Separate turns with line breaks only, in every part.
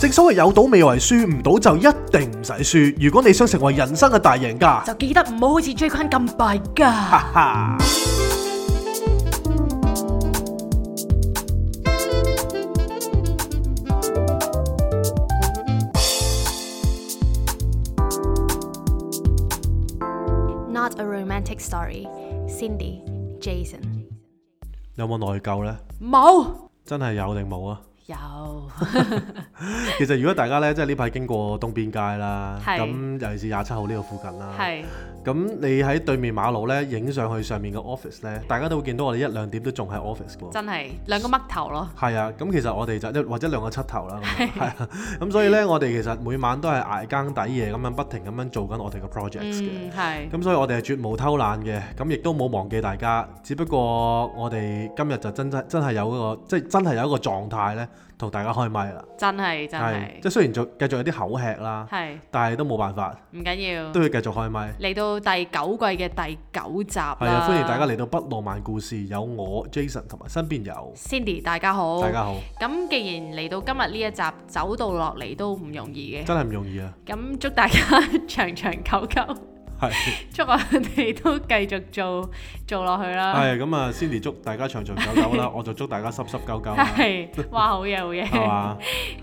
正所謂有賭未為輸，唔賭就一定唔使輸。如果你想成為人生嘅大贏家，
就記得唔好好似 J 君咁敗
哈
家。
哈！
Not a romantic story. Cindy, Jason.
有冇內疚呢？
冇
真係有定冇啊？
有
其實如果大家咧，即係呢排經過東邊街啦，
係
咁尤其是廿七號呢度附近啦，
係
咁你喺對面馬路咧影上去上面嘅 office 咧，大家都會見到我哋一兩點都仲係 office 嘅喎。
真係兩個嘜頭咯。
係啊，咁其實我哋就一或者兩個七頭啦，咁樣係啊，咁所以咧，我哋其實每晚都係捱更抵夜咁樣不停咁樣做緊我哋嘅 projects 嘅。
嗯，係
咁所以我哋係絕無偷懶嘅，咁亦都冇忘記大家。只不過我哋今日就真真真係有一個，即係真係有一個狀態咧，同大家開咪啦。
真係真
係，即係
係
雖然仲繼續有啲口吃啦，
係
但係都冇辦法，
唔緊要
都。要繼續開咪。
嚟到第九季嘅第九集啦。
係啊，歡迎大家嚟到不浪漫故事，有我 Jason 同埋身邊有
Cindy，大家好。
大家好，
咁既然嚟到今日呢一集，走到落嚟都唔容易 嘅。
真係唔容易啊！
咁祝大家長長久久，
係
祝我哋都繼續做做落去啦。
係咁啊，Cindy 祝大家長長久久 啦，我就祝大家濕濕鳩鳩啦，
係，哇，好嘢好嘢。
係嘛？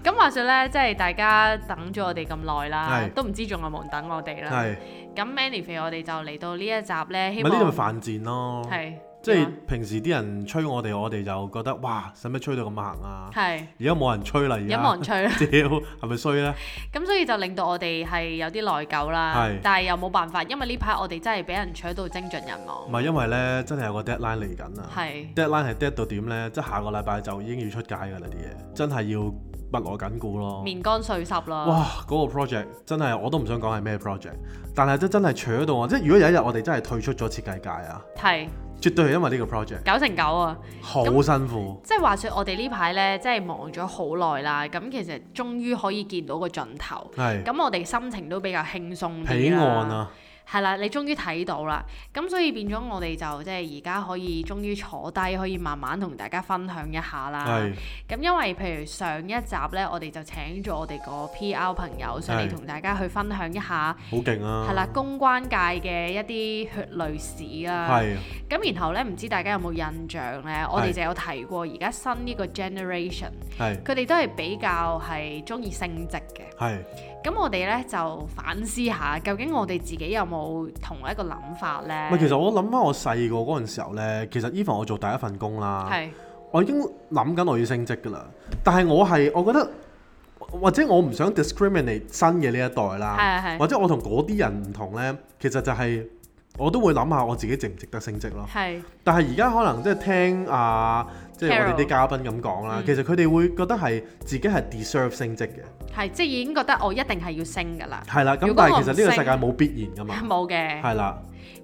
咁話說呢，即係大家等咗我哋咁耐啦
係，
都唔知仲有冇人等我哋啦。
係
咁 anyway，我哋就嚟到呢一集呢，
咪
希
呢
望
度咪犯賤咯？
係
即係平時啲人吹我哋，我哋就覺得哇，使乜吹到咁行啊？
係
而家冇人吹啦，而
有冇人
家
吹啦？
屌係咪衰咧？
咁所以就令到我哋係有啲內疚啦
係，
但係又冇辦法，因為呢排我哋真係俾人取到精盡人亡
唔。係因為咧，真係有個 deadline 嚟緊啊
係
！deadline 係 dead 到點咧？即係下個禮拜就已經要出街㗎啦啲嘢，真係要密鑼緊鼓咯。
面乾碎濕啦。
哦哇！嗰、個 project 真係我都唔想講係咩 project，但係真真係扯到我，即係如果有一日我哋真係退出咗設計界啊，
係
絕對係因為呢個 project
九成九啊！
好辛苦，
即係話說，我哋呢排呢，即係忙咗好耐啦。咁其實終於可以見到個盡頭。
係
咁我哋心情都比較輕鬆
彼
啲啦。
岸！啊，
係啦，你終於睇到啦。咁所以變咗我哋就即係而家可以終於坐低，可以慢慢同大家分享一下啦。
係
咁因為譬如上一集呢，我哋就請咗我哋個 PR 朋友上嚟
係
同大家去分享一下，
好勁啊，
係啦，公關界嘅一啲血淚史啦。
係
咁然後咧，唔知大家有冇印象咧？我哋
係
就有提過，而家新呢個 generation，
係
佢哋都係比較係中意升職嘅。
係
咁我哋咧就反思下，究竟我哋自己有冇同一個諗法咧？
咪其實我諗翻我細個嗰陣時候呢，其實 even 我做第一份工啦，
係
我已經諗緊我要升職噶啦。但係我係我覺得，或者我唔想 discriminate 新嘅呢一代
係
啦
係，
或者我同嗰啲人唔同呢，其實就係、我都會諗下我自己值唔值得升職咯。
係
但係而家可能即係聽啊，即係我哋
Carol
啲嘉賓咁講啦，
嗯
其實佢哋會覺得係自己係 deserve 升職嘅，
係，即係已經覺得我一定係要升㗎啦，
係啦。咁
如果
但
我
係
唔
其實呢個世
升
界冇必然噶嘛，
冇嘅。
係啦，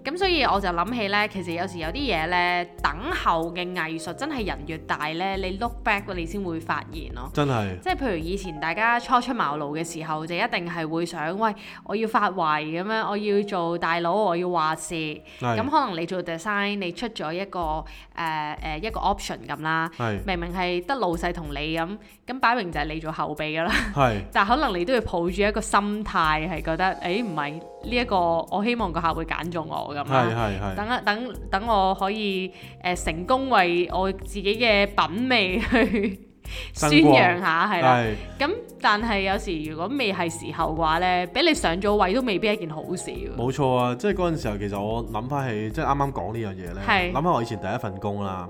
咁所以我就諗起咧，其實有時有啲嘢咧，等候嘅藝術真係人越大咧，你 look back 你先會發現咯。
真係
即係譬如以前大家初出茅廬嘅時候，就一定係會想，喂，我要發圍咁樣，我要做大佬，我要話事。咁
係
可能你做 design，你出咗一個誒誒、呃呃一個 option 咁啦，
係
明明係得老細同你咁，咁擺明就係你做後備㗎啦。
係。
但可能你都要抱住一個心態，係覺得，誒唔係呢一個，我希望個客會揀中我咁
係
啦。
係係，
等啊等等，我可以誒、呃成功為我自己嘅品味去 宣
增
揚下，係啦。
嗯係
咁但係有時如果未係時候嘅話呢，俾你上咗位都未必係一件好事喎。
冇錯啊！即係嗰陣時候，其實我諗翻起，即係啱啱講呢樣嘢
係
咧，諗翻我以前第一份工啦。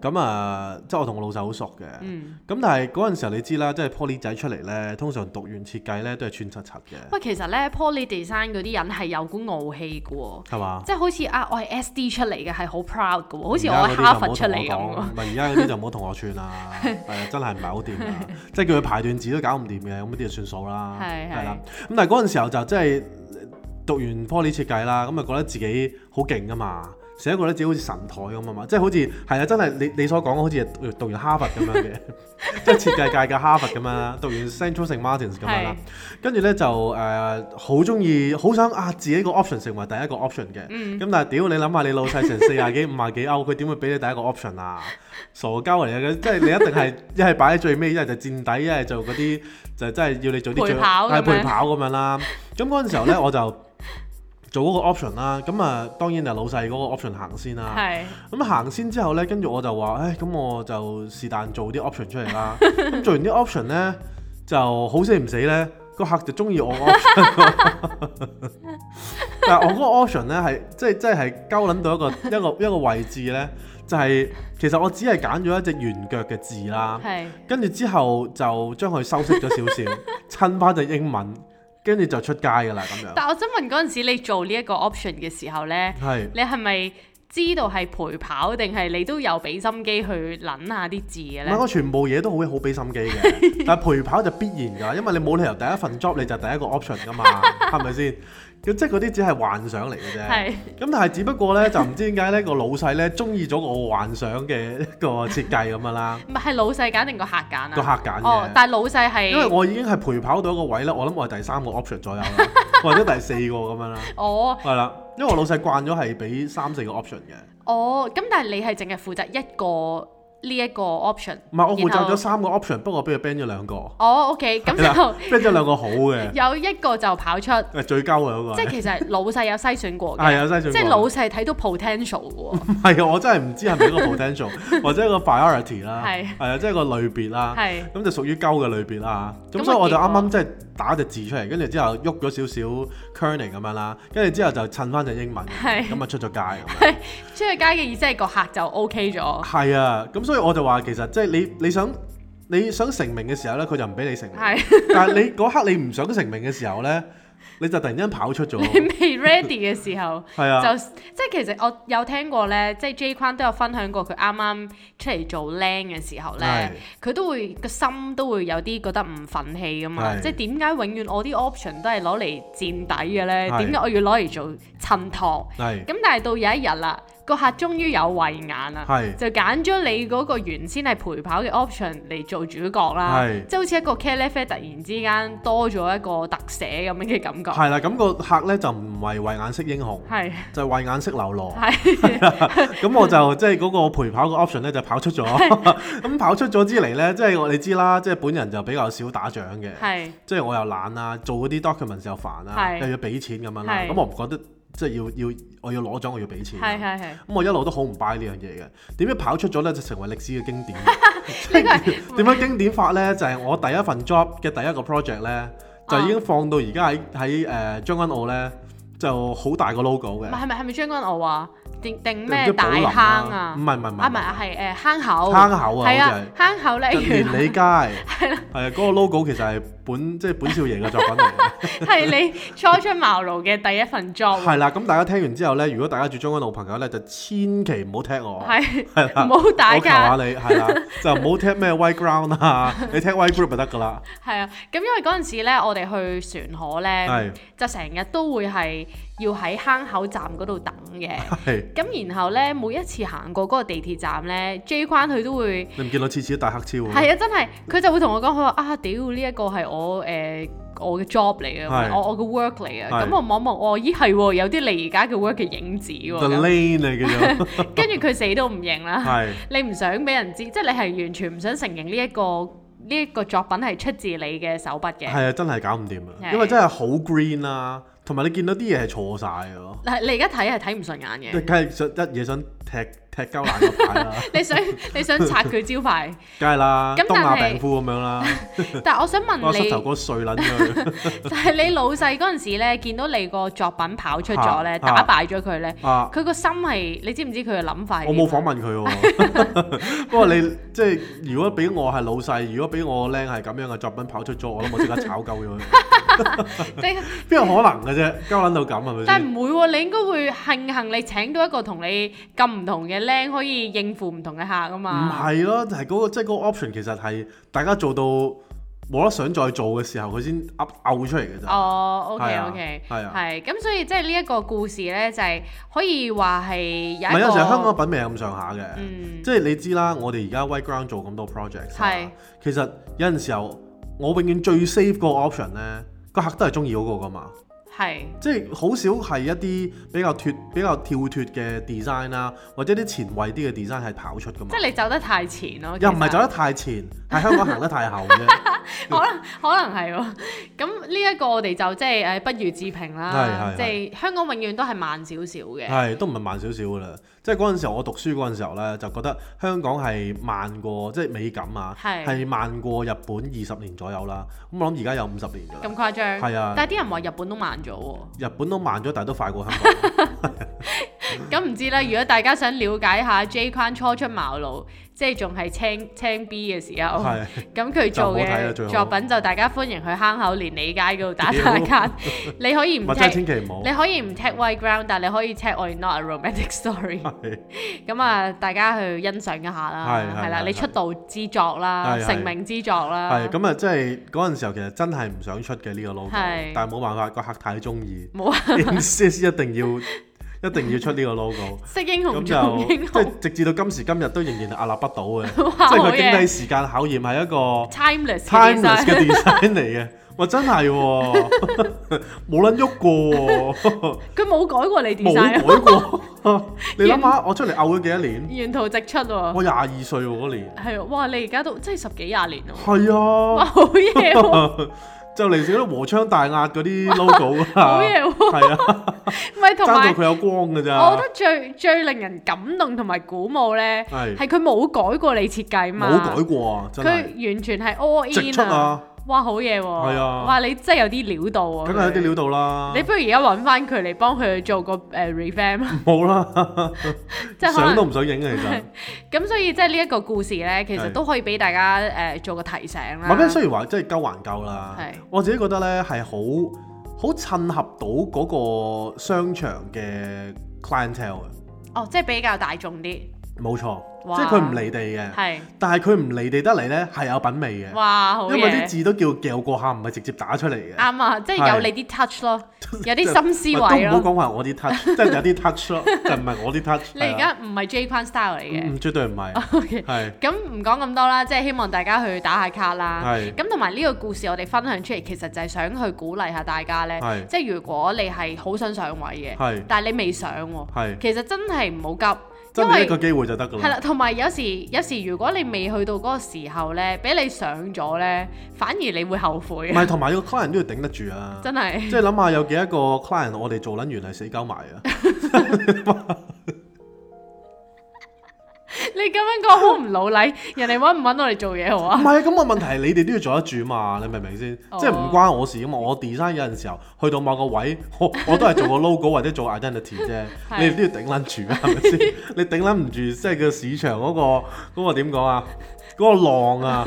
咁啊，即係我同我老細好熟嘅。咁、
嗯
但係嗰陣時候你知啦，即係 poly 仔出嚟咧，通常讀完設計咧都係串柒柒嘅，
喂，其實呢 poly design 嗰啲人係有股傲氣嘅喎，
係嘛？
即係好似啊，我係 SD 出嚟嘅，係好 proud 嘅喎，好似我
而
係
家嗰啲就唔好
哈佛出嚟咁
同我講
喎。
唔係而家嗰啲就唔好同我串 啦，係啊，真係唔係好掂啊！即係叫佢排段字都搞唔掂嘅，咁呢啲就算數啦，
係係
啦。咁但係嗰陣時候就即係讀完 poly 設計啦，咁啊覺得自己好勁噶嘛，成一個咧自己好似神台咁啊嘛，即係好似係啊，真係你你所講好似讀完哈佛咁樣嘅， 即係設計界嘅哈佛咁樣啦，讀完 Central Saint Martins 咁樣啦
係，
跟住咧就誒好中意，好想啊自己個 option 成為第一個 option 嘅，咁、
嗯
但係屌你諗下你老 細成四廿幾五廿幾歐，佢點會俾你第一個 option 啊？傻鳩嚟嘅，即係你一定係 一係擺喺最尾，一係就墊底，一係就嗰啲就真係要你做啲最
陪跑咁
係
樣
陪跑咁樣啦。咁嗰陣時候咧，我就做嗰個 option 啦。咁啊，當然就老細嗰個 option 行先啦。
係
咁行先之後咧，跟住我就話，唉，咁我就是但做啲 option 出嚟 啦。咁做完啲 option 咧，就好死唔死咧，個客就中意我個 option 喎。但係我嗰個 option 咧係即係即係係鳩撚到一個一個一個位置咧，就係、其實我只係揀咗一隻圓腳嘅字啦。
係
跟住之後就將佢修飾咗少少， 襯翻隻英文，跟住就出街㗎啦咁樣。
但我想問嗰陣時，你做呢一個 option 嘅時候呢，
係
你係咪知道係陪跑，定係你都有俾心機去諗下啲字嘅
唔係
呢？
我全部嘢都好好俾心機 嘅，但係陪跑就必然㗎，因為你冇理由第一份 job 你就第一個 option 㗎 嘛，係咪先？咁即係嗰啲只係幻想嚟嘅啫。
係
咁但係只不過呢，就唔知點解呢個老細呢中意咗我幻想嘅 一個設計咁樣啦，
唔係係老細揀定個客揀啊？
個客揀嘅。
哦，但係老細係
因為我已經係陪跑到一個位呢，我諗我係第三個 option 左右 啦，或者第四個咁樣啦，
哦
係啦，因為我老細慣咗係俾三四個 option 嘅。
哦，咁但係你係淨係負責一個呢一個 option，
唔係，我負
然
責
後
咗三個 option，不過我俾佢 ban 咗兩個，
哦，OK，咁
係啦
就
ban 咗兩個好嘅，
有一個就跑出，
誒最鳩啊嗰個
即
係
係其實老細有篩選過
係有啊
嘅，
篩選
即
過
係老細睇到 potential 嘅喎，
唔係啊，我真係唔知係咪一 個 potential 或者一個 priority 啦，
係
係啊，即係個類別啦，
係
咁就屬於鳩嘅類別啦。咁
咁啊
所以
個
我就
結果
啱啱即係打隻字出嚟，跟住之後喐咗少少 kerning 咁樣啦，跟住之後就襯翻隻英文，
係
咁啊出咗街咁樣。
出去街嘅意思係個客就 OK 咗，
係啊，咁所以我就話其實即係你你想你想成名嘅時候咧，佢就唔俾你成名。
係
但係你嗰刻你唔想成名嘅時候咧，你就突然間跑出咗。
你未 ready 嘅時候。
係啊。
就即係其實我有聽過咧，即係 J 框都有分享過佢啱啱出嚟做靚嘅時候咧，佢都會個心都會有啲覺得唔憤氣噶嘛。
係
即係點解永遠我啲 option 都係攞嚟墊底嘅咧？
係
點解我要攞嚟做襯托？
係
咁但係到有一日啦，個客終於有慧眼啦
係，
就揀咗你嗰個原先係陪跑嘅 option 嚟做主角啦
係，
即係好似一個 c a l i f e 突然之間多咗一個特寫咁樣嘅感覺，
係啦，咁個客咧就唔係慧眼識英雄，
係
就係慧眼識流羅。
係
咁我就即係嗰個陪跑個 option 咧就跑出 咗。咁跑出咗之嚟咧，即係我哋知啦，即係本人就比較少打獎嘅。
係
即係我又懶啦，做嗰啲 document 又煩啦，
係
又要俾錢咁樣啦。
係
咁我唔覺得即係要要我要攞獎，我要俾錢。啊
係係係。
咁我一路都好唔 buy 呢樣嘢嘅，點解跑出咗呢？就成為歷史嘅經典。即
呢個
係
係
點樣經典法呢？就係、我第一份 job 嘅第一個 project 呢，就已經
啊
放到而家喺喺誒將軍澳呢，就好大個 logo 嘅
唔係，係咪係咪將軍澳啊？定定
唔知寶
咩大
林
坑啊
唔？係唔係唔
啊唔係
係，
啊係誒坑口，
坑口啊
係
好
啊
似
坑口咧，原
連
來
理街係啊，嗰個 logo 其實係本即係本少爺嘅作品嚟 嘅。
係你初出茅廬嘅第一份 job，啊
係啦，咁大家聽完之後呢，如果大家住將軍澳朋友呢，就千祈唔好踢我。
係
係啦
唔好打
我求下
架，
你係啦， 就唔好踢咩 white ground 啊，你踢 white group 就得㗎啦。
係啊。咁因為嗰陣時咧，我哋去船河咧，
係
就成日都會係要喺坑口站嗰度等嘅。
係。
咁然後咧，每一次行過嗰個地鐵站咧，J 框佢都會。
你唔見到次次都戴黑超嘅咩？
係啊，真係佢就會同我講，佢話啊，屌呢一個係我誒、呃我嘅 job 嚟嘅，
係
我我嘅 work 嚟嘅。
係
咁我望一望，我咦係喎，有啲你而家嘅 work 嘅影子喎。
The
咁
lane 嚟嘅啫，
跟住佢死都唔認啦。
係
你唔想俾人知，即係你係完全唔想承認呢、一個呢一、個作品係出自你嘅手筆嘅。
係啊，真係搞唔掂啊！
係
因為真係好 green 啦，同埋你見到啲嘢係錯晒嘅咯，
嗱，你而家睇係睇唔順眼
你
嘅。
梗係想一嘢想踢踢鳩爛個牌啦，
你想你想拆佢招 牌，
梗係啦，
咁
東
但係
亞病夫咁樣啦，
但係我想
我
問
膝頭
你，
哥碎撚咗佢
但係你老細嗰陣時咧，見到你個作品跑出咗咧，
嚇嚇
打敗咗佢咧，
啊！
佢個心係你知唔知佢嘅諗法係
我
點
冇
啊
訪問佢喎， 不過你即係如果俾我係老細，如果俾我僆係咁樣嘅作品跑出咗，我諗我即刻炒鳩咗佢，
但
邊有可能嘅啫？鳩撚到咁係咪
但
先？
唔會喎、你應該會慶幸你請到一個同你咁唔同嘅僆，可以應付唔同嘅客啊
唔
嘛。
係咯，就係嗰個即係嗰個 option 其實係大家做到冇得想再做嘅時候，佢先噏嘔出嚟嘅咋。
哦，OK
係啊
OK，
係啊
係咁，所以即係呢一個故事咧，就係可以話係有
唔係
一
有
個
時候香港品味係咁上下嘅，
嗯
即係你知啦。我哋而家 White Ground 做咁多 project，
係
其實有陣時候我永遠最 safe 嗰個 option 咧，個客都係中意嗰個噶嘛。
係
即係好少係一啲比較脱、比較跳脱嘅 design 啦，或者啲前衞啲嘅 design 係跑出噶嘛
即。係你走得太前咯，
又唔係
其實
走得太 前，係香港行得太後啫。
可能可能係喎。咁呢一個我哋就即係誒不如置評啦
係係，係
即係香港永遠都係慢少少嘅，
係都唔係慢少少噶啦。即係嗰陣時候，我讀書嗰陣時候咧，就覺得香港係慢過，即係美感啊，
係
係慢過日本二十年左右啦。咁我諗而家有五十年㗎啦。
咁誇張。
係啊
但係啲人話日本都慢咗喎。
日本都慢咗，但係都快過香 港。
咁唔知啦，如果大家想了解下 J 框初出茅廬，即係仲係青青 B 嘅時候，
係
咁佢做
就唔好睇啦最
嘅
好
作品就大家歡迎去坑口連理街嗰度打打卡。你可以唔
咪真係千
check，
祈唔好
你。可以唔 check White Ground，但你可以 check 我哋 Not a Romantic Story。
係
咁啊，大家去欣賞一下啦，
啊係係
係啦，
係
你出道之作啦，
係係
成名之作啦
係，咁啊，即係嗰陣時候其實真係唔想出嘅呢個 logo，
係
但係冇辦法，個客太中意
冇啊，
，insist 一定要 一定要出呢個 logo。
識英
咁
雄重
就
英
即係
雄
直至到今時今日都仍然係屹立不倒嘅，
哇
即係佢經
好嘢
得起時間考驗係一個。
，timeless 嘅
timeless
design
嘅 design 嚟嘅， 哇真係喎， 冇撚喐過喎，
佢冇改過你
冇
design，啊
改 過。你諗下，我出嚟嘔咗幾多年？
沿途直出喎。
我廿二歲喎嗰年，
係啊，哇！你而家都真係十幾廿年咯，
係
哇！
啊，
好嘢 喎，
就嚟自嗰啲和槍大壓嗰啲 logo 啦，
好嘢喎，
係啊，
唔係
爭
同
到
埋
佢有啊光㗎咋
我覺，得啊最最令人感動同埋鼓舞咧，
係
係佢冇改過你設計嘛，
冇改過啊，真係
佢完全係 all in
直出啊，
哇！好嘢喎，
係啊
哇！你真係有啲料到喎，
梗係有啲
佢
料到啦
你，不如而家揾翻佢嚟幫佢做個誒呃 revamp 啦，
冇啦，嗯
即係可
想都
能
唔想影啊，其 實。
咁，所以即係呢一個故事咧，其實
係
都可以俾大家誒、呃做個提醒
唔
啦。
係咩？雖然話即係鳩還鳩啦
係，
我自己覺得咧係好好襯合到嗰個商場嘅 clientele 嘅，
哦，即係比較大眾啲，
冇錯，
哇
即係佢唔離地嘅，
係
但係佢唔離地得嚟咧係有品味嘅，
哇，好
因為啲
嘢，
字都叫嚼過下，唔係直接打出嚟嘅。
啱啊，即 à, 係
係
有你啲 touch 咯， 有
即
啲
係
心思
都
位
唔好
咯。
講話我啲 touch，即係有啲 touch 咯，就唔係我啲 touch 係
你
啦。
而家唔係 J 框 style 嚟嘅
唔絕對唔 係，
，OK。
係
咁唔講咁多啦，即係希望大家去打下卡啦。
係
咁同埋呢個故事，我哋分享出嚟，其實就係想去鼓勵下大家呢。
係
即係如果你係好想上位嘅，
係
但係你未上喎，
係，
其實真係唔好急，
真
因
係一
為
個機會就得㗎
係
啦。
啦，同埋有時有時如果你未去到嗰個時候呢，俾你上咗呢，反而你會後悔
唔係，同埋個 client 都要頂得住啊。
真係
即係諗下有幾多個 client 我哋做撚完係死鳩埋啊！
你咁樣講好唔老禮，人哋揾唔揾我哋做嘢好
唔
啊？
係啊，咁個問題係你哋都要做得住嘛，你明唔明先？
哦
即係唔關我事啊嘛，我 design 有陣時候去到某個位， 我我都係做個 logo 或者做 identity 啫，
係
你哋都要頂撚住啊，係咪先？ 你頂撚唔住，即係個市場嗰、個嗰、個點講 啊？嗰、個浪啊，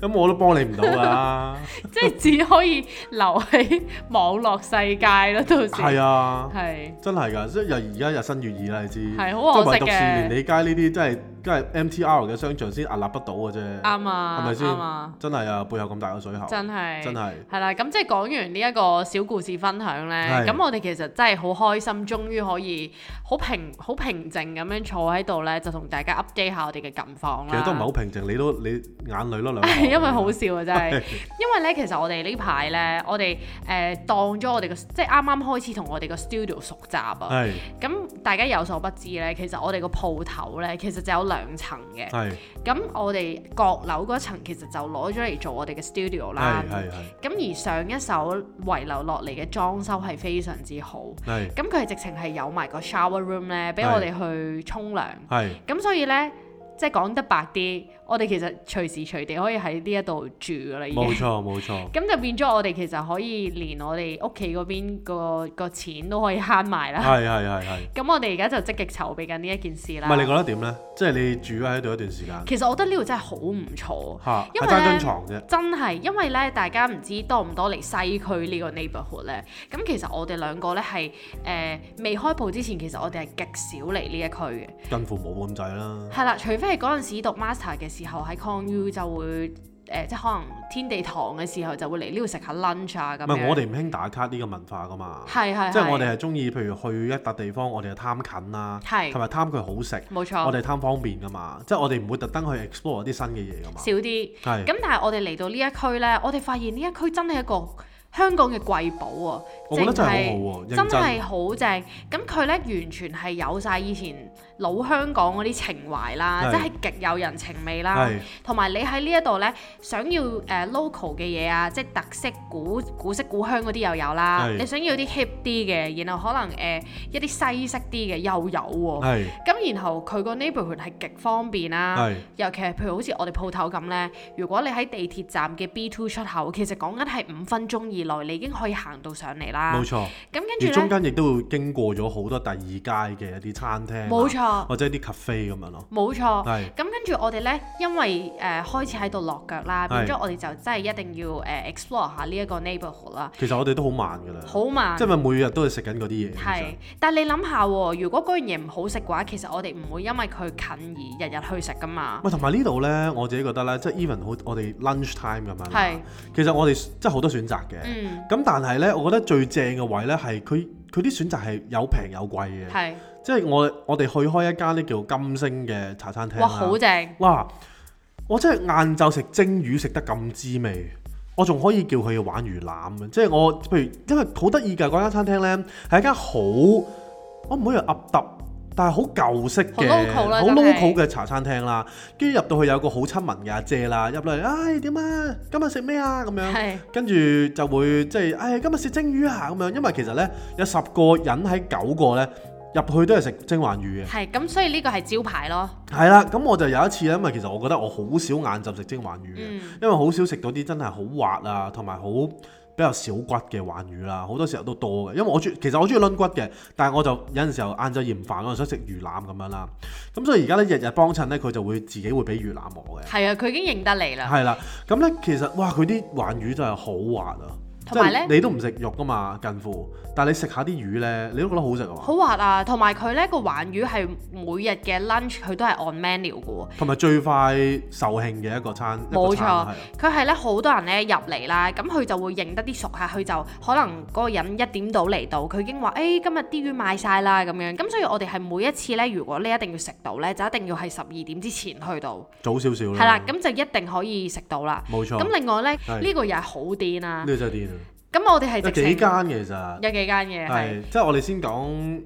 咁我都幫你唔到 噶，
即係只可以留喺網絡世界咯，到時
係啊，
係
真係㗎，即係又而家日新月異啦，你知，
係好可惜嘅
即係唯獨是連你街呢啲真係真係 MTR 嘅商場先屹立不倒嘅啫，
啱啊，
係咪先
啱啊，？
真係啊，背後咁大個水喉，
真係
真係
係啦，咁即係講完呢一個小故事分享呢，
係
咁我哋其實真係好開心，終於可以好平好平靜咁樣坐喺度呢，就同大家 update 下我哋嘅近況啦。
其實都唔係好平靜，你都你眼淚咯兩行。
因為好笑啊，真係。因為咧，其實我哋呢排咧，我哋誒、呃、當咗我哋個即係啱啱開始同我哋個 studio 熟習啊。
係
咁大家有所不知咧，其實我哋個鋪頭咧，其實就有兩層嘅。
係
咁我哋閣樓嗰層其實就攞咗嚟做我哋嘅 studio 啦
係。係係
咁而上一手遺留落嚟嘅裝修係非常之好。
係
咁佢係直情係有埋個 shower room 咧，俾
係
我哋去沖涼。
係
咁所以呢，即係講得白啲，我哋其實隨時隨地可以喺呢一度住噶啦，已
冇
經。
錯冇 錯，
咁就變咗我哋其實可以連我哋屋企嗰邊個個錢都可以慳埋啦。
係係係係。
咁我哋而家就積極籌備緊呢一件事
唔係你覺
啦。
得點咧？即係你住喺度一段時間
其實我覺得呢度真係好唔錯，
嚇，
因
係
為
爭張
呢
床啫。
真係因為呢，大家唔知多唔多嚟西區呢個 neighborhood 呢。咁其實我哋兩個呢係誒未開鋪之前，其實我哋係極少嚟呢一區嘅。
近乎冇咁滯啦。
係啦，除非係嗰陣時讀 master 嘅時候喺 ConU 就會誒，即係可能天地堂嘅時候就會嚟呢度食下 lunch 啊咁
唔
樣。
係我哋唔興打卡呢個文化噶嘛，
係係
即係我哋係中意，譬如去一笪地方，我哋係貪近啦，
係哦
同埋貪佢好食，
冇錯，
我哋貪方便噶嘛，即係我哋唔會特登去 explore 啲新嘅嘢噶嘛，
少啲。
係
咁但係我哋嚟到呢一區呢，我哋發現呢一區真係一個香港嘅貴寶啊！
我覺得真係
淨
好好喎，
真
認
係
真
好正。咁佢呢，完全係有晒以前老香港嗰啲情懷啦，
係
即係極有人情味啦。
係
同埋你喺呢一度呢，想要誒、呃 local 嘅嘢啊，即係特色古古色古香嗰啲又有啦。
係
你想要啲 hip 啲嘅，然後可能誒、呃一啲西式啲嘅又有喎、
係
咁然後佢個 neighborhood 係極方便啦、
係
尤其係譬如好似我哋鋪頭咁呢，如果你喺地鐵站嘅 B two 出口，其實講緊係五分鐘以內，你已經可以行到上嚟啦
冇。錯，
咁跟
而
住
中
呢，
間亦都會經過咗好多第二街嘅一啲餐廳啊，
冇錯哦
或者一啲 cafe 咁樣咯，
冇錯。
係
咁跟住我哋呢，因為誒、呃、開始喺度落腳啦，
係
變咗我哋就真係一定要誒、呃 explore 下呢一個 neighborhood 啦，
其實我哋都好慢㗎啦，
好慢
哦即。係咪每日都係食緊嗰啲嘢？
係，但係你諗下喎，如果嗰樣嘢唔好食嘅話，其實我哋唔會因為佢近而日日去食噶嘛。
喂，同埋呢度呢，我自己覺得呢，即係 even 好，我哋 lunch time 咁樣啦
係，
其實我哋即係好多選擇嘅。咁、
嗯，
但係呢，我覺得最正嘅位呢，係佢佢啲選擇係有平有貴嘅。
係，
即係我我哋去開一間呢叫金星嘅茶餐廳啊啦
哇，好正，啊
哇！我真係晏晝食蒸魚食得咁滋味，我仲可以叫佢玩魚腩啊！即係我譬如，因為好得意㗎嗰間餐廳呢，係一間好我唔可以話噏揼，但係好舊式嘅、
好 local 啦
好
真係
local 嘅茶餐廳啦。跟住入到去有個好親民嘅阿姐啦，入嚟唉點啊？今日食咩啊？咁樣。
係
跟住就會即係，唉、今日食蒸魚啊咁樣，因為其實呢，有十個人喺九個呢，入去都係食蒸環魚嘅。
係，咁所以呢個係招牌咯，
係啦，咁我就有一次咧，啊因為其實我覺得我好少晏晝食蒸皖魚嘅，
嗯
因為好少食到啲真係好滑啊，同埋好比較少骨嘅皖魚啦，好多時候都多嘅。因為我中其實我中意攆骨嘅，但係我就有陣時候晏晝嫌煩，我就想食魚腩咁樣啦。咁所以而家咧日日幫襯咧，佢就會自己會俾魚腩我嘅。
係啊，佢已經認得你啦，
係啦，咁咧其實哇，佢啲皖魚真係好滑啊！即
同埋呢
係你都唔食肉噶嘛，近乎，但係你食下啲魚咧，你都覺得好食啊嘛。
好滑啊，同埋佢呢個環魚係每日嘅 lunch 佢都係 on menu 嘅喎。
同埋最快售罄嘅一個餐，一個
冇
餐
錯
係啊，
佢係咧好多人咧入嚟啦，咁佢就會認得啲熟客，佢就可能嗰個人一點到嚟到，佢已經話：，誒、哎今日啲魚賣晒啦咁樣。咁所以我哋係每一次咧，如果你一定要食到咧，就一定要係十二點之前去到，
早少少啦。
係啦，咁就一定可以食到啦。
冇錯，
咁
呢
另外咧，
嗯哦係
呢個又係好癲啦。
個真係癲啊！
咁我哋係
有
直
幾
情
間嘅其實
有幾間嘅係
係，即係我哋先講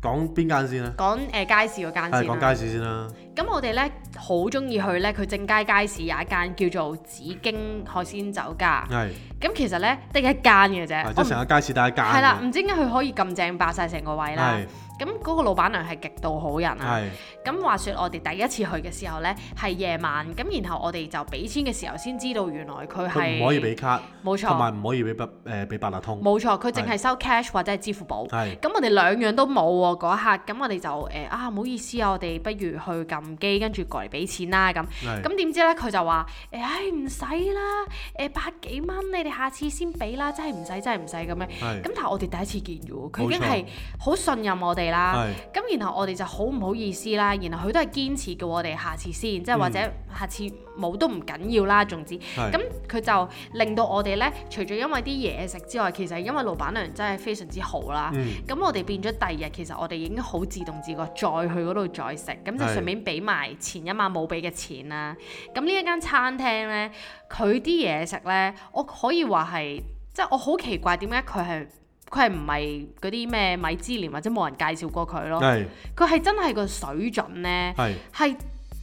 講邊間先啦，
講誒、呃街市嗰間
係
先
講
啦。
街市先啦，
咁我哋咧好中意去咧，佢正街街市有一間叫做紫荊海鮮酒家。
係
咁其實咧得一間嘅啫，
啊係即
我唔
係成個街市得一間
係啦，
嘅，
唔知點解佢可以咁正霸晒成個位啦
係。
咁嗰個老闆娘係極度好人啊。
係
咁話說我哋第一次去嘅時候呢，係夜晚，咁然後我哋就俾錢嘅時候先知道原來佢係
佢唔可以俾卡，
冇
同
錯
埋唔可以俾八誒俾八達通，
冇錯，佢淨係收 cash 或者係支付寶。
係
咁我哋兩樣都冇喎嗰一刻，咁我哋就誒、呃啊唔好意思啊，我哋不如去撳機，跟住過嚟俾錢啦咁。
係
咁點知咧，佢就話：誒、唉，唔使啦，誒、百幾蚊，你哋下次先俾啦，真係唔使，真係唔使咁樣。
係
咁但係我哋第一次見嘅喎，佢已
冇
經
錯
係好信任我哋啦。
係
咁然後我哋就好唔好意思啦，然後佢都係堅持叫我哋下次先，即係或者下次冇都唔緊要啦，總之。
嗯係
咁啊佢就令到我哋呢，除咗因為啲嘢食之外，其實因為老闆娘真係非常之好啦。
嗯
咁我哋變咗第二日，其實我哋已經好自動自覺再去嗰度再食，咁就
係
順便俾埋前一晚冇俾嘅錢啦。咁呢一間餐廳呢，佢啲嘢食呢，我可以話係，即係我好奇怪點解佢係佢係唔係嗰啲咩米芝蓮或者冇人介紹過佢咯？
係
佢係真係個水準呢，
係
係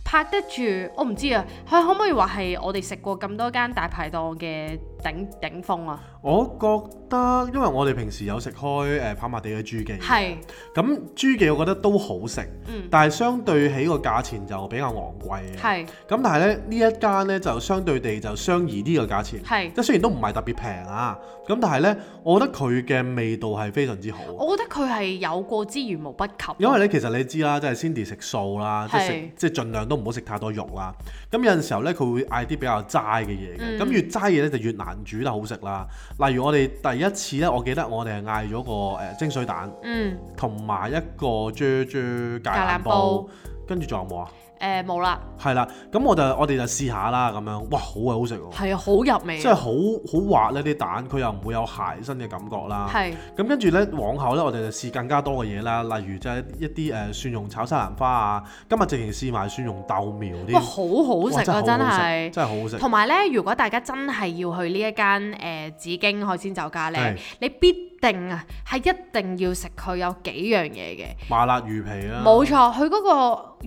拍得住，我唔知啊，佢可唔可以話係我哋食過咁多間大排檔嘅頂頂峰啊？
我覺得因為我哋平時有食開誒跑馬地嘅豬記，
係
咁豬記我覺得都好食，
嗯
但係相對起個價錢就比較昂貴嘅。
係
咁但係咧呢一間咧就相對地就相宜啲個價錢，
係
即。係雖然都唔係特別平啊，咁但係呢，我覺得佢嘅味道係非常之好。
我覺得佢係有過之而無不及。
因為咧，其實你知啦，即係 Cindy 食素啦，即係食
係
即係盡量都唔好食太多肉啦。咁有陣時候咧，佢會嗌啲比較齋嘅嘢嘅。
嗯
咁、越齋嘢咧就越難煮得好食啦。例如我哋第一次咧，我記得我哋係嗌咗個誒、呃蒸水蛋，
嗯，
同埋一個啫啫芥
芥
蘭
蘭
煲
煲，
跟住仲有冇啊？
誒、誒冇啦，
係啦，咁我就我哋就試下啦，咁樣，哇，好鬼好食喎！
係啊，好入味
即係
啊，
好好滑呢啲蛋，佢又唔會有鞋身嘅感覺啦。
係
咁跟住呢，往後呢，我哋就試更加多嘅嘢啦，例如就係一啲誒、呃蒜蓉炒西蘭花啊，今日直情試埋蒜蓉豆苗啲，
哇，好好
哇
食啊，真
好好食
係。
真係好好食。
同埋咧，如果大家真係要去呢一間誒、呃紫荊海鮮酒家咧
係，
你必定啊係一定要食佢有幾樣嘢嘅，
麻辣魚皮啊，
冇錯，佢嗰個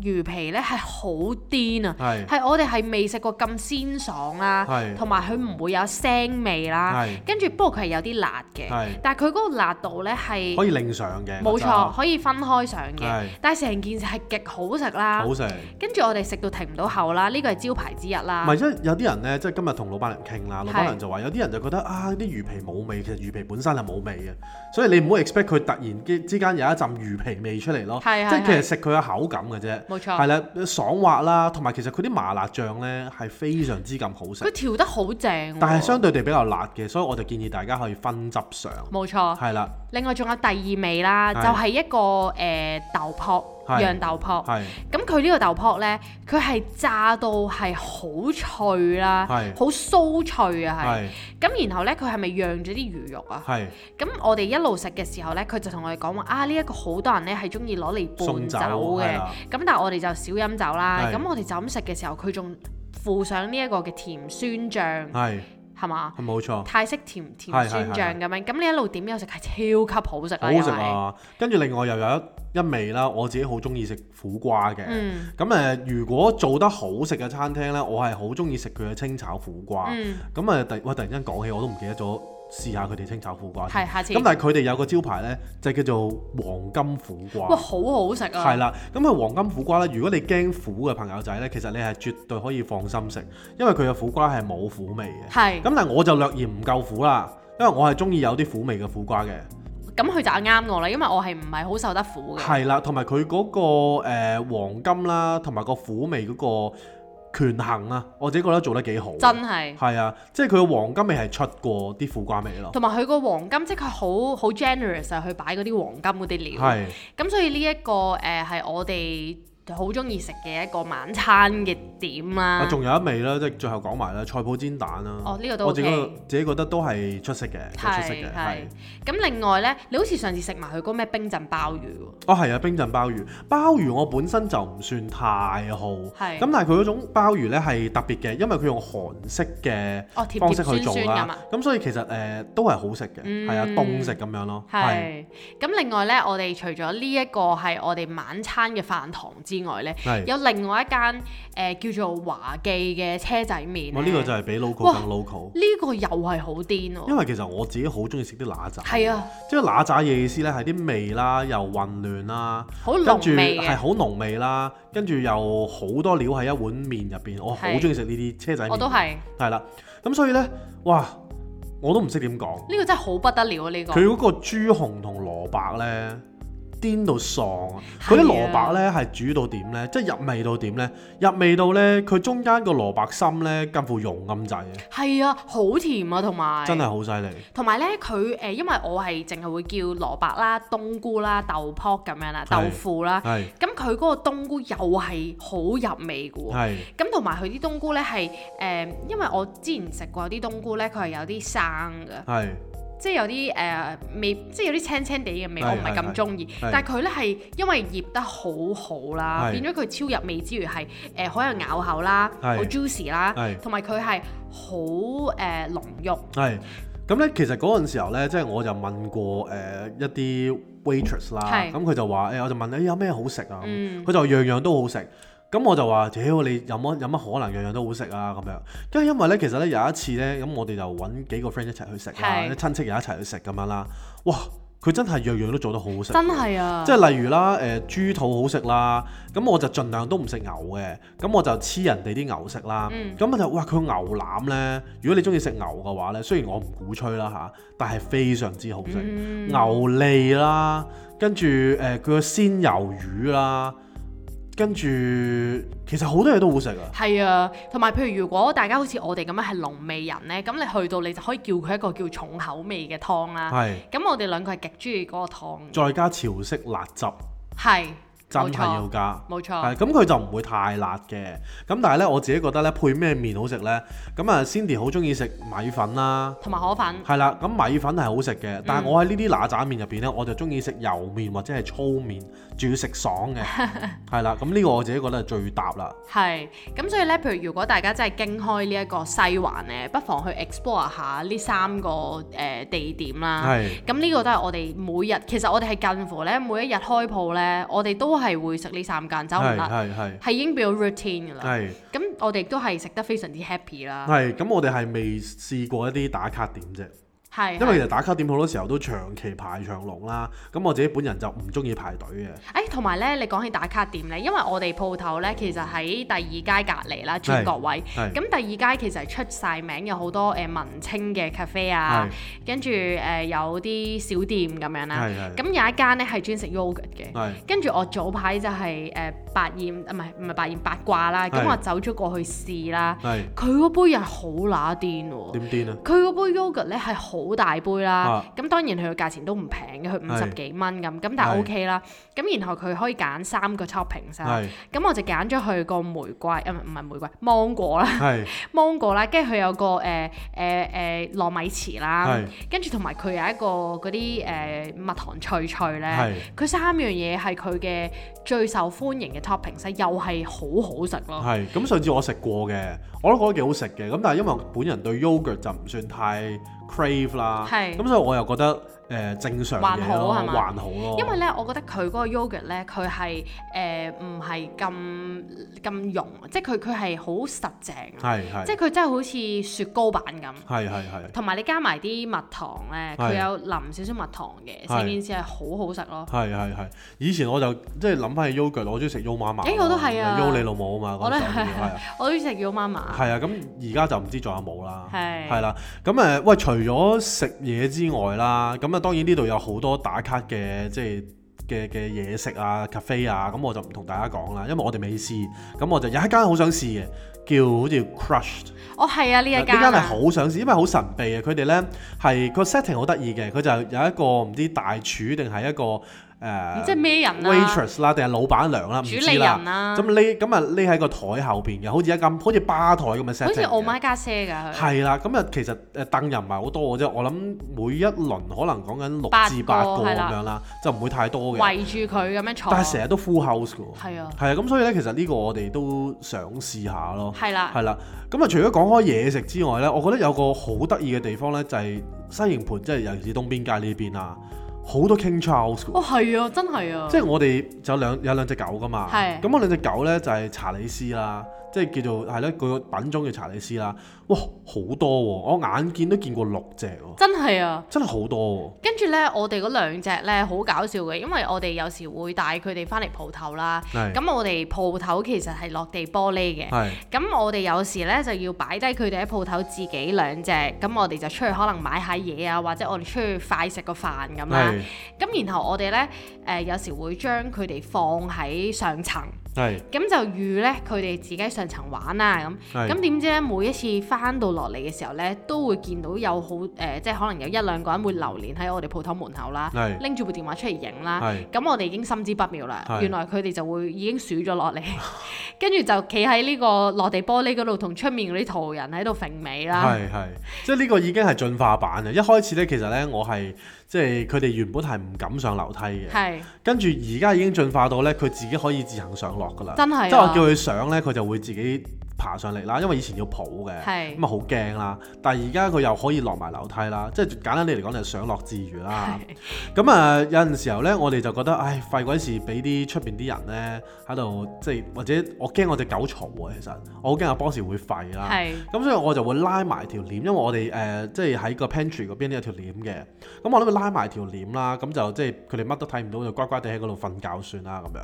魚皮咧係好癲啊！
係
係我哋係未食過咁鮮爽啦
係，
同埋佢唔會有腥味啦。
係
跟住不過佢係有啲辣嘅
係，
但係佢嗰個辣度咧係
可以另上嘅，
冇
我覺
錯，
得
可以分開上嘅
係。
但係成件事係極好食啦
好，食。
跟住我哋食到停唔到口啦，呢個係招牌之一
唔
啦。
係，因為有啲人呢，即係今日同老闆娘傾啦，老闆
啊係
娘就話有啲人就覺得啊，啲魚皮冇味，其實魚皮本身係冇味嘅，所以你唔好
嗯
expect 佢突然之之間有一陣魚皮味出嚟咯。
係係
即係其
係
實食佢嘅口感嘅啫。
冇錯
係啦，爽滑啦，同埋其實佢啲麻辣醬呢係非常之咁好
佢
食，
調得好正喎，
但係相對地比較辣嘅，所以我就建議大家可以分汁上。
冇錯。
係啦，
另外仲有第二味啦，就
係
係一個誒、呃豆泡，
係
釀豆泡。
係
咁佢呢個豆泡呢，佢係炸到係好脆啦，
係
好酥脆啊，係。
係
咁然後呢，佢係咪釀咗啲魚肉啊？
係
咁我哋一路食嘅時候呢，佢就同我哋講話啊，呢、一個好多人呢係中意攞嚟
送
伴
酒
酒
係
嘅。
啦，
咁但係我哋就少飲酒啦。
係
咁我哋就咁食嘅時候，佢仲附上呢一個嘅甜酸醬，
係
係嘛？
係冇錯。
泰式甜甜
係
酸
係
醬咁樣，咁你一路點呢個食係超級好食
好
啦，
好
又
食
係，
啊！跟住另外又有一一味啦，我自己好中意食苦瓜嘅。
嗯
咁誒、如果做得好食嘅餐廳呢，我係好中意食佢嘅清炒苦瓜。
嗯，
咁誒、突哇突然間講起，我都唔記得咗試下佢哋清炒苦瓜先。
係下次，
咁但係佢哋有個招牌呢，就叫做黃金苦
哇，
瓜。
好好食啊，
係啦，咁佢黃金苦瓜呢，如果你驚苦嘅朋友仔呢，其實你係絕對可以放心食，因為佢嘅苦瓜係冇苦味嘅。
係，
咁但係我就略嫌唔夠苦啦，因為我係中意有啲苦味嘅苦瓜嘅。
咁佢就啱我啦，因為我係唔係好受得苦嘅，
係啦，同埋佢嗰個誒、呃黃金啦，同埋個苦味嗰個權衡啊，我自己覺得做得幾好。
真係，
係啊，即係佢嘅黃金味係出過啲苦瓜味咯。
同埋佢個黃金即係佢好好 generous 啊，去擺嗰啲黃金嗰啲料，啊
係
咁所以呢一個誒係我哋好中意食嘅一個晚餐嘅點
啊，
啦，
仲有一味啦，即係最後講埋啦，菜脯煎蛋啦。
哦呢個都
我自己
OK
覺自己覺得都係出色嘅，都出色嘅
係係
係。，
咁另外呢，你好似上次食埋佢嗰咩冰鎮鮑魚喎。
哦，係啊，冰鎮鮑魚，鮑魚我本身就唔算太好，咁
係
但係佢嗰種鮑魚咧係特別嘅，因為佢用韓式嘅
哦甜
方
甜
式去做
酸酸咁
啦
啊，
咁所以其實誒、呃都係好食嘅，係、啊，凍食咁樣咯，係
係，咁另外呢，我哋除咗呢一個係我哋晚餐嘅飯堂之外呢，
係，
有另外一間誒、呃叫做華記嘅車仔麵呢。
我呢個就係比
哇
local 更 local，
呢個又係好癲
因
喎，
為其實我自己好中意食啲乸雜，
係啊，
即係乸雜嘅意思咧係啲味啦，又混亂啦。
好
跟住
濃味
係
嘅，
好濃味啦，跟住又好多料喺一碗面入邊，我好
係
中意食呢啲車仔麵。
我都係，呢、
係啦，咁所以呢，哇，我都唔識點講。
個真係好不得了啊！呢、個
佢嗰個豬紅同蘿蔔呢，癲到喪啊！
係啊
佢啲蘿蔔呢係煮到點呢？即係入味到點呢？入味到呢，佢中間個蘿蔔心呢，近乎溶咁滯啊！
係啊，好甜啊，同埋
真係好犀利。
同埋呢，佢誒、呃因為我係淨係會叫蘿蔔啦、冬菇啦、豆泡咁樣啦、
係
豆腐啦，
係
咁佢嗰個冬菇又係好入味嘅喎。
係
咁同埋佢啲冬菇呢係誒，因為我之前食過啲冬菇呢，佢係有啲生嘅，
係
即係有啲誒、呃味，即係有啲青青地嘅味，
係
我唔係咁中意。
係係
但係佢呢係因為醃得好好啦，
係
變咗佢超入味之餘係誒好有咬口啦，
係
好 juicy 啦，
係
同埋佢係好誒濃郁，
係。咁呢，其實嗰陣時候呢，即係我就問過誒、呃一啲 waitress 啦，
係
咁佢就話誒、我就問你有咩好食啊？咁
嗯，
佢就話樣樣都好食。咁我就話：屌你有乜有乜可能樣樣都好食啊？咁樣，跟住因為咧，其實咧有一次咧，咁我哋就揾幾個 friend 一齊去食啦，
係
啲親戚又一齊去食咁樣啦。哇！佢真係樣樣都做得好好食，
真係啊，
即係例如啦，誒、豬肚好食啦，咁我就盡量都唔食牛嘅，咁我就黐人哋啲牛食啦。
嗯
咁、我就哇，佢牛腩咧，如果你中意食牛嘅話咧，雖然我唔鼓吹啦吓，但係非常之好食。
嗯
牛脷啦，跟住誒佢個鮮魷魚啦，跟住其實好多嘢都好食啊，
係啊，同埋譬如如果大家好似我哋咁樣係濃味人呢，咁你去到你就可以叫佢一個叫重口味嘅湯啦。
係
咁我哋兩個係極中意嗰個湯嘅，
再加潮式辣汁，
係
真
冇
係
錯
要加。係
冇錯，
咁佢就唔會太辣嘅，咁但係咧我自己覺得咧配咩面好食咧，咁啊 Cindy 好中意食米粉啦，
同埋河粉，
係啦，咁米粉係好食嘅，
嗯
但係我喺呢啲嗱喳面入邊咧，我就中意食油面或者係粗面，仲要食爽 嘅，係啦，咁呢個我自己覺得係最搭啦，
係咁所以咧，譬如如果大家真係經開呢一個西環咧，不妨去 explore 下呢三個誒、呃地點啦。
係
咁呢個都係我哋每日，其實我哋係近乎咧每一日開鋪咧，我哋都係會食呢三間，走唔
係
甩，
係係
係已經變咗 routine 㗎啦。
係
咁我哋都係食得非常之 happy 啦，
係，咁我哋係未試過一啲打卡點啫。
係
因為其
係
實打卡點好多時候都長期排長龍啦，咁我自己本人就唔中意排隊嘅，
誒哎同埋咧，你講起打卡點咧，因為我哋鋪頭咧其實喺第二街隔離啦，轉角位。
係
咁第二街其實係出晒名，有好多誒、呃文青嘅 cafe 啊
係，
跟住誒有啲小店咁樣啦。
係係
咁有一間咧係專食 yogurt 嘅。
係
跟住我早排就係、誒、百厭，啊唔係唔係百厭八卦啦，咁
係
我走咗過去試啦。
係
佢嗰杯又好乸癲喎！
點癲啊？
佢嗰杯 yogurt 咧係好大杯啦
啊，
咁、當然佢個價錢都唔平嘅，佢五十
係
幾蚊咁，咁但係
係
OK 啦。咁然後佢可以揀三個 topping 啦，
係
咁我就揀咗佢個玫瑰，啊唔係唔係玫瑰，芒果 啦，
係
芒果啦，跟住佢有個誒誒誒糯米糍啦
係，
跟住同埋佢有一個嗰啲誒蜜糖脆脆咧
係，
佢三樣嘢係佢嘅最受歡迎嘅 topping，又係好好食咯。
係咁上次我食過嘅，我都覺得幾好食嘅，咁但係因為我本人對 yogurt 就唔算太 crave 啦，
係
咁所以我又覺得誒、呃正常
還
嘢
好
咯，
係嘛
還好咯，
因為咧，我覺得佢嗰個 yogurt 咧，佢係誒唔係咁咁溶，即係佢佢係好實淨啊，
係係
即係佢真係好似雪糕版咁。
係係係
同埋你加埋啲蜜糖咧，佢
係
有淋少少蜜糖嘅，
係
成件事係好好食咯。
係係係，以前我就即係諗起 yogurt，我中意食 yo 媽媽，
咦我都係啊
y 你老母啊嘛，
我都
嗰
係
陣時係啊。
我都食 U 媽媽，
係啊，咁而家就唔知仲有冇啦。
係
係啦，咁誒喂，除咗食嘢之外啦，咁啊當然呢度有好多打卡嘅即係。嘅嘅嘢食啊、cafe 啊，咁我就唔同大家講啦，因為我哋未試，咁我就有一間好想試嘅，叫好似 Crushed，
哦係啊呢一
呢
間
間係
啊，
好想試，因為好神秘嘅。佢哋呢係個 setting 好得意嘅，佢就有一個唔知大廚定係一個誒，呃
唔知咩人啊，
waitress 啦，定係老闆娘啦，唔
主
知
理
啦
人。啦
咁，匿咁啊匿喺個台後邊嘅，好似一間好似吧台咁嘅 setting
好似
嘅。
奧馬加啡㗎佢，
係啦，咁啊其實誒凳又唔係好多嘅啫，我諗每一輪可能講緊
八
六至
個
八個
係
咁
啦
樣啦，就唔會太多嘅。
圍住佢咁樣坐，
但係成日都 full house 嘅喎。
係啊，
係啊，咁所以咧，其實呢個我哋都想試下咯。
係啦，
係啦，咁啊除咗講開嘢食之外咧，我覺得有個好得意嘅地方咧，就係西營盤，即係尤其是東邊街呢邊啊，好多 King Charles 嘅喎。
哦係啊，真係啊，
即係我哋就有兩有兩隻狗噶嘛，
係
咁我兩隻狗咧就係、查理斯啦，即係叫做係咧，佢個品種叫查理斯啦。哇，好多喎、我眼見都見過六隻喎、
真係啊。
真係好多
跟住呢，我哋嗰兩隻呢，好搞笑嘅，因為我哋有時會帶佢哋翻嚟鋪頭啦。
喎、係
咁我哋鋪頭其實係落地玻璃嘅，
係
咁我哋有時呢，就要擺低佢哋喺鋪頭自己兩隻，咁我哋就出去可能買下嘢啊，或者我哋出去快食個飯咁啊啦。
係
咁然後我哋呢，誒、有時會將佢哋放喺上層，
係
咁就預呢，佢哋自己喺上層玩啦咁。咁
係
點知咧，每一次翻到落嚟嘅時候咧，都會見到有好誒、呃即係可能有一兩個人會流連喺我哋鋪頭門口啦，
係
拎住部電話啊出嚟影啦。
係
咁我哋已經心知不妙啦，
係
原來佢哋就會已經數咗落 嚟，跟住就企喺呢個落地玻璃嗰度，同出面嗰啲途人喺度揈尾啦。
係係，即係呢個已經係進化版啊嘅。一開始咧，其實咧我係即係佢哋原本係唔敢上樓梯嘅，
係
跟住而家已經進化到咧佢自己可以自行上落㗎啦。
真係
即係我
啊
叫！佢上咧，佢就會自己爬上嚟啦，因為以前要抱嘅，
係
咁啊好驚啦。但係而家佢又可以落埋樓梯啦，即係簡單啲嚟講就係上落自如啦。咁啊有陣時候咧，我哋就覺得唉廢鬼事，俾啲出邊啲人咧喺度即係或者我驚我隻狗嘈啊，其實我好驚阿 boss 會吠啦。
係
咁所以我就會拉埋條簾，因為我哋誒、呃即係喺個 pantry 嗰邊都有條簾嘅。咁我諗佢拉埋條簾啦，咁就即係佢哋乜都睇唔到，就乖乖地喺嗰度瞓覺算啦咁樣。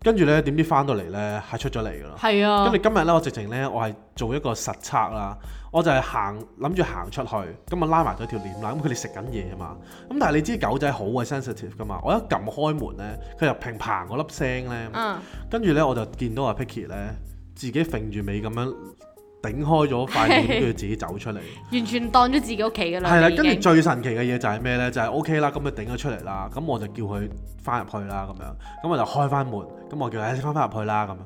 跟住咧，點知翻到嚟咧係出咗嚟㗎啦。
係啊
跟住，今日咧，我直情咧，我係做一個實測啦，我就係行諗住行出去，咁啊拉埋咗條簾啦，咁佢哋食緊嘢啊嘛，咁但係你知狗仔好鬼 sensitive 噶嘛，我一撳開門咧，佢就平砰嗰粒聲咧，
嗯
跟住咧我就見到阿 Picky 咧自己揈住尾咁樣頂開咗塊面，跟住自己走出 嚟。
完全當咗自己屋企㗎啦。
係啦，
你已
跟住
經
最神奇嘅嘢就係咩呢？就係 O K 啦，咁佢頂咗出嚟啦，咁我就叫佢翻入去啦，咁樣，咁我就開翻門，咁我叫佢唉你翻翻入去啦，咁樣，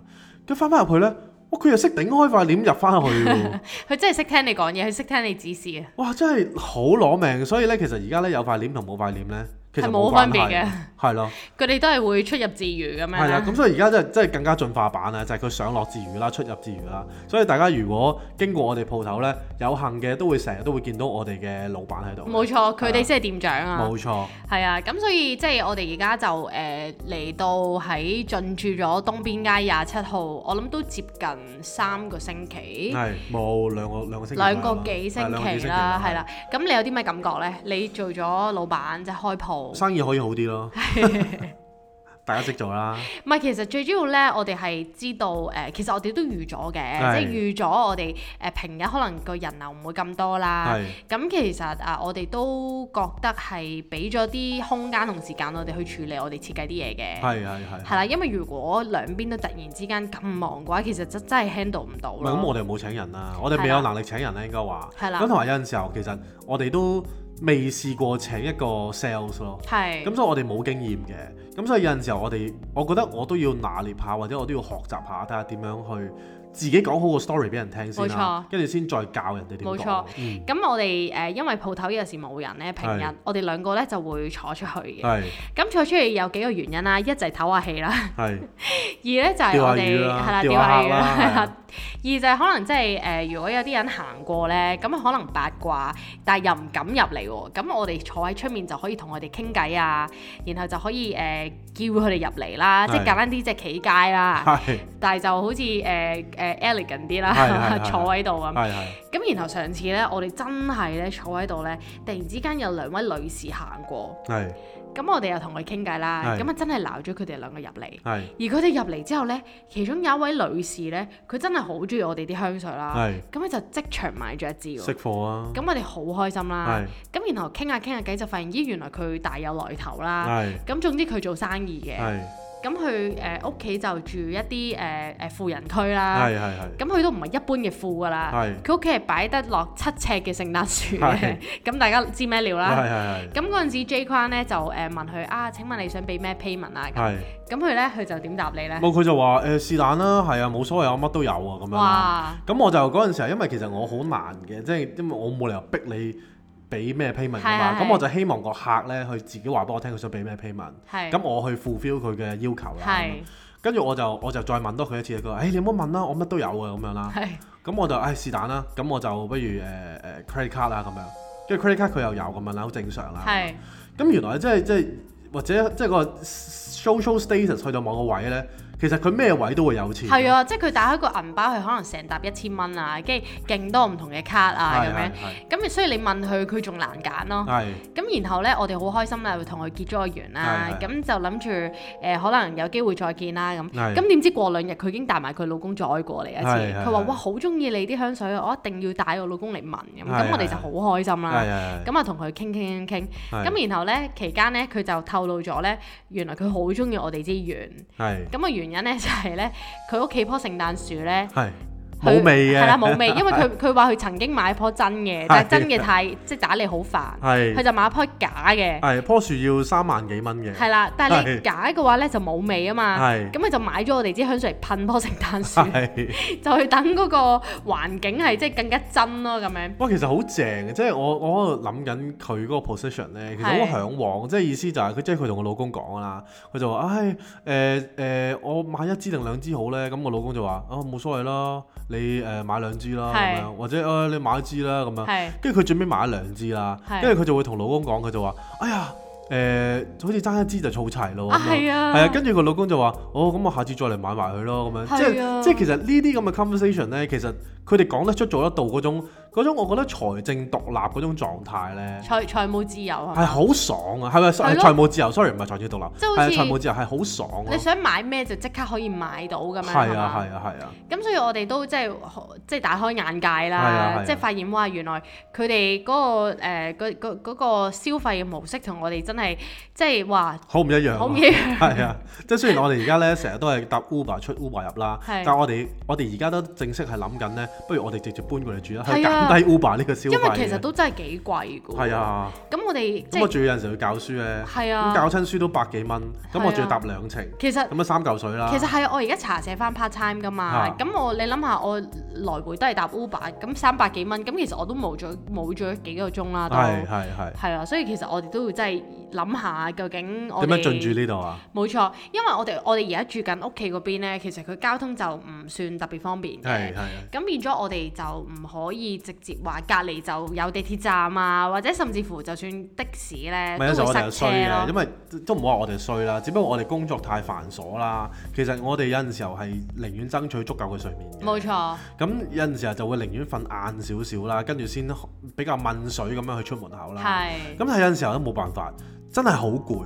跟翻翻入去呢，哇！佢又識頂開塊簾入翻去 喎，
佢真係識聽你講嘢，佢識聽你指示啊嘅，
哇！真係好攞命，所以呢，其實而家呢，有塊簾同冇塊簾呢，其實
係冇
關
分別
係
嘅，
係咯，
佢哋都係會出入自如咁樣
係啦，
啦。
咁所以而家真係真係更加進化版啦，啊就係佢上落自如啦，出入自如啦，所以大家如果經過我哋鋪頭呢，有幸嘅都會成日都會見到我哋嘅老闆喺度，
冇錯，佢哋先係店長啊。
冇錯，
係啊，咁所以即係我哋而家就誒嚟、到喺進駐咗東邊街廿七號，我諗都接近三個星期，
係冇兩個兩個星期左右啦，
兩個幾
啊係兩
星
個幾
期啦，
係
係啦。咁你有啲咩感覺呢？你做咗老闆即係開鋪，
生意可以好啲 咯。大家識做啦，
唔係其實最主要呢，我哋係知道誒、其實我哋都預咗嘅，
係
即係預咗我哋誒、平日可能個人流唔會咁多啦。
係
咁其實啊，我哋都覺得係俾咗啲空間同時間我哋去處理我哋設計啲嘢嘅。
係係係。
係啦，因為如果兩邊都突然之間咁忙嘅話，其實真真係 handle 唔到
唔係咁，
咯。
我哋冇請人啦，我哋未
係啦
有能力請人啦，應該話。
係啦
咁同埋有陣時候，其實我哋都未試過請一個 sales 咯。
係
咁所以我哋冇經驗嘅，咁所以有陣時候我哋，我覺得我都要拿捏下，或者我都要學習下，睇下點樣去自己講好個 story 俾人聽先啦，跟住先再教人哋點
冇
講
錯。
嗯，
咁我哋誒、呃因為鋪頭有時冇人咧，平
係
日我哋兩個咧就會坐出去嘅。
係
咁坐出去有幾個原因啦，一就係唞下氣啦，
係
二咧就係
釣下
我
魚
哋
啦
係啦
釣
釣
下
下
客
魚
啦
啦，係
係啊
啦二就係可能即係誒，如果有啲人行過咧，咁啊可能八卦，但係又唔敢入嚟喎。咁我哋坐喺出面就可以同佢哋傾偈啊，然後就可以誒、呃叫佢哋入嚟啦，即係
係
簡單啲即係企街啦。
係
但係就好似誒誒 elegant
係係
啲啦，
係
坐喺度咁。
係係
咁然後上次呢，我哋真係呢坐喺度呢，突然之間有兩位女士行過，
係
咁我哋又同佢傾偈啦，
係
咁啊真係鬧咗佢哋兩個入嚟。
係
而佢哋入嚟之後呢，其中有一位女士呢，佢真係好中意我哋啲香水啦，
係
咁佢就即場買咗一支
識
喎。
貨啊，
啊咁我哋好開心啦
係，
咁然後傾下傾下偈就發現，咦原來佢大有來頭啦。
係
咁總之佢做生意啊嘅，
係
咁佢誒屋企就住一啲誒誒富人區啦。
係係係。
啊咁佢都唔係一般嘅富㗎啦，
係
佢屋企係擺得落七尺嘅聖誕樹
係
嘅， 咁大家知咩料啦。
係
咁嗰陣時 J 框咧就誒問佢啊，請問你想俾咩 payment 啊？
係
咁
係，
咁佢咧佢就點答你咧？
冇佢就話誒是但啦，係啊冇所謂啊，我乜都有啊咁樣啦。
哇！
咁我就嗰陣時候，因為其實我好難嘅，即係因為我冇理由逼你俾咩 payment 㗎嘛。
係係係
咁我就希望個客咧，佢自己話俾我聽佢想俾咩 payment，
係
咁我去 fulfill 佢嘅要求啦。
係
跟住我就我就再問多佢一次，佢話：誒、哎你唔好問啦，我乜都有啊咁樣 啦。
係
咁我就唉是但啦，咁我就不如誒誒、credit card 啦咁樣，跟住 credit card 佢又有咁樣啦，好正常啦。
係啊
咁原來即係即係或者即係個 social status 去到某個位咧，其實佢咩位都會有錢。
係啊！即係佢打開個銀包，佢可能成沓一千蚊啊，跟住勁多唔同嘅卡啊
係，啊
咁樣。咁所以你問佢，佢仲難揀咯
係。係
咁然後咧，我哋好開心啦，會同佢結咗個緣啦。
係
咁就諗住誒，可能有機會再見啦。咁
係
咁點知過兩日，佢已經帶埋佢老公再過嚟一
係係
次。佢話：
係
哇，好中意你啲香水啊，我一定要帶我老公嚟聞咁。
係
咁我哋
係
就好開心
係
啦。
係係
咁啊，同佢傾傾傾傾。
係
咁然後咧，期間咧，佢就透露咗咧，原來佢好中意我哋支園。
係
咁個啊原因咧就係咧，佢屋企棵聖誕樹咧。
係
佢
冇味嘅，
係啦，冇味，因 為佢佢話佢曾經買棵真嘅，但
係
係真嘅太即係打理好煩，佢
係
就買一棵假嘅。
係棵樹要三萬幾蚊嘅，
係啦，但係
係
你假嘅話咧就冇味啊嘛，
係
咁佢就買咗我哋支香水嚟噴棵聖誕樹，
係
就去等嗰個環境係即係更加真咯咁樣。
哇，其實好正嘅，即係我我喺度諗緊佢嗰個 position 咧，其實
係
好向往，即係意思就係佢即係佢同我老公講啦，佢就話：唉誒誒，我買一支定兩支好咧？咁我老公就話：啊冇所謂啦，你誒買兩支啦咁
係
樣，或者啊你買一支啦咁樣。
係
跟住佢最尾買咗兩支啦，
係
跟住佢就會同老公講，佢就話：哎呀，誒、好似爭一支就儲齊咯。
啊
咁樣
係啊
係啊，跟住個老公就話：哦，咁我下次再嚟買埋佢咯，咁樣。即
係
係
啊
即係其實呢啲咁嘅 conversation 咧，其實佢哋講得出做得到嗰種嗰種，我覺得財政獨立嗰種狀態咧，
財財務自由係
係
嘛？
好爽啊！係咪？
係
係
咯
財務自由，sorry，唔係財政獨立，
即係
係
好
啊
似
財務自由係好爽啊
你！想買咩就即刻可以買到咁樣
係
係
啊，
嘛？
係啊，係啊，
咁所以我哋都即係即係大開眼界
係啊係
啦
啊，
即係發現哇原來佢哋嗰個誒嗰嗰嗰個消費嘅模式同我哋真係即係哇
好唔一樣啊。
好唔一樣。
係啊，即係雖然我哋而家咧成日都係搭 Uber 出 Uber 入啦，
係
但係我哋我哋而家都正式係諗緊咧，不如我哋直接搬過嚟住啦，去
係啊
減低 Uber 呢個消
因為
費。
其實都真係幾貴㗎。
係，啊，
咁我哋即
咁我
係
仲要有陣時去教書咧，
係
咁
啊
教，親書都百幾蚊，咁我仲要搭兩程，
其實。
咁啊三嚿水啦。
其實係我而家查寫翻 part time 噶嘛
啊，
咁、我你諗下，我來回都係搭 Uber，咁三百幾蚊，咁其實我都冇咗冇咗幾個鐘啦，都
係係係，
係啦，所以其實我哋都要真係諗下究竟我
點
哋
樣進駐呢度啊？
冇錯，因為我哋我哋而家住緊屋企嗰邊咧，其實佢交通就唔算特別方便
係
嘅。
係
咁變咗我哋就唔可以直接話隔離就有地鐵站啊，或者甚至乎就算的士咧
唔係有
都
時候
會
我哋係
塞車
衰嘅，因
咯。
為都唔好話我哋衰啦，只不過我哋工作太繁瑣啦。其實我哋有陣時候係寧願爭取足夠嘅睡眠嘅。
冇錯，
咁有陣時候就會寧願瞓晏少少啦，跟住先比較問水咁樣去出門口啦。
係
咁係有陣時候都冇辦法，真係好攰。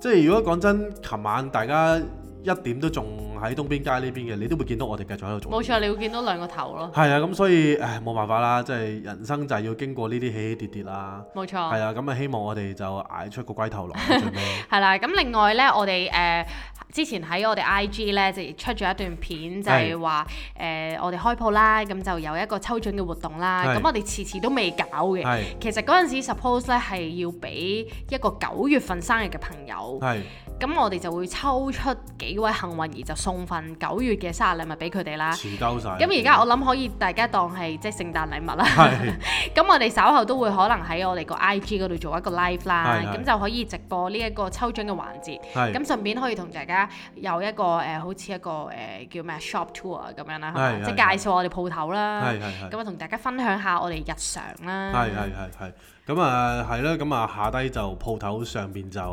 即係如果講真，琴晚大家一點都仲喺東邊街呢邊嘅，你都會見到我哋繼續喺度做嘢。
冇錯，你會見到兩個頭咯，
係啊，咁所以唉冇辦法啦，即係人生就係要經過呢啲起起跌跌啦。
冇錯。
係啊，咁啊希望我哋就捱出個龜頭 來最尾。
係啦，咁另外咧，我哋誒、呃之前喺我哋 IG 咧就出咗一段片，就係話誒我哋開鋪啦，咁就有一個抽獎嘅活動啦。
係
咁我哋遲遲都未搞嘅。
係
其實嗰陣時 suppose 咧係要俾一個九月份生日嘅朋友，
係
咁我哋就會抽出幾位幸運兒就送份九月嘅生日禮物俾佢哋啦。
遲交晒。
啊咁而家我諗可以大家當係即係聖誕禮物啦。
係
咁我哋稍後都會可能喺我哋個 IG 嗰度做一個 live 啦，
係係
咁就可以直播呢一個抽獎嘅環節。
係
咁順便可以同大家有一個誒、呃好似一個誒、呃叫咩 shop tour 咁樣啦，係嘛
係
即
係
係介紹我哋鋪頭啦
係，係係。
咁啊同大家分享下我哋日常啦，
係係係係，咁啊係啦，咁啊下低就鋪頭上邊就誒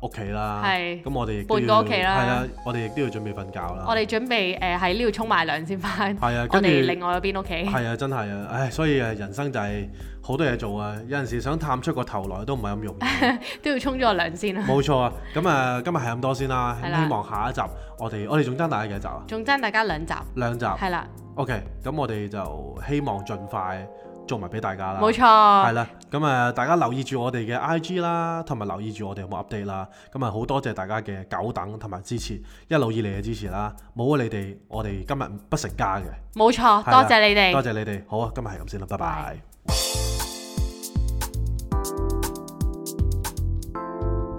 屋企啦，
係
咁我哋亦都
半
要
個屋企啦
係啦，我哋亦都要準備瞓覺啦，
我哋準備誒喺呢度沖埋涼先翻，
係啊，
我
跟住
哋另外嗰邊屋企，
係啊，真係啊，唉，所以啊，人生就係好多嘢做啊，有陣時想探出個頭來都唔係咁容易，
都要沖咗個涼先啦。
冇錯啊，咁啊今日係咁多先啦，
係啦
咁希望下一集我哋我哋仲爭大家幾集啊？
仲爭大家兩集，
兩集
係啦，
，OK，咁我哋就希望盡快做埋俾大家啦。
冇
係
錯，
啦，咁啊，大家留意住我哋嘅 IG 啦，同埋留意住我哋有冇 update 啦。咁啊，好多謝大家嘅久等同埋支持，一路以嚟嘅支持啦。冇咗啊你哋，我哋今日不成家嘅。
冇錯，
係啦
多謝你
多
哋，
謝你哋，好啊，今日係咁先啦，拜拜
拜。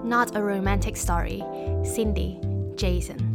Not a romantic story. Cindy, Jason.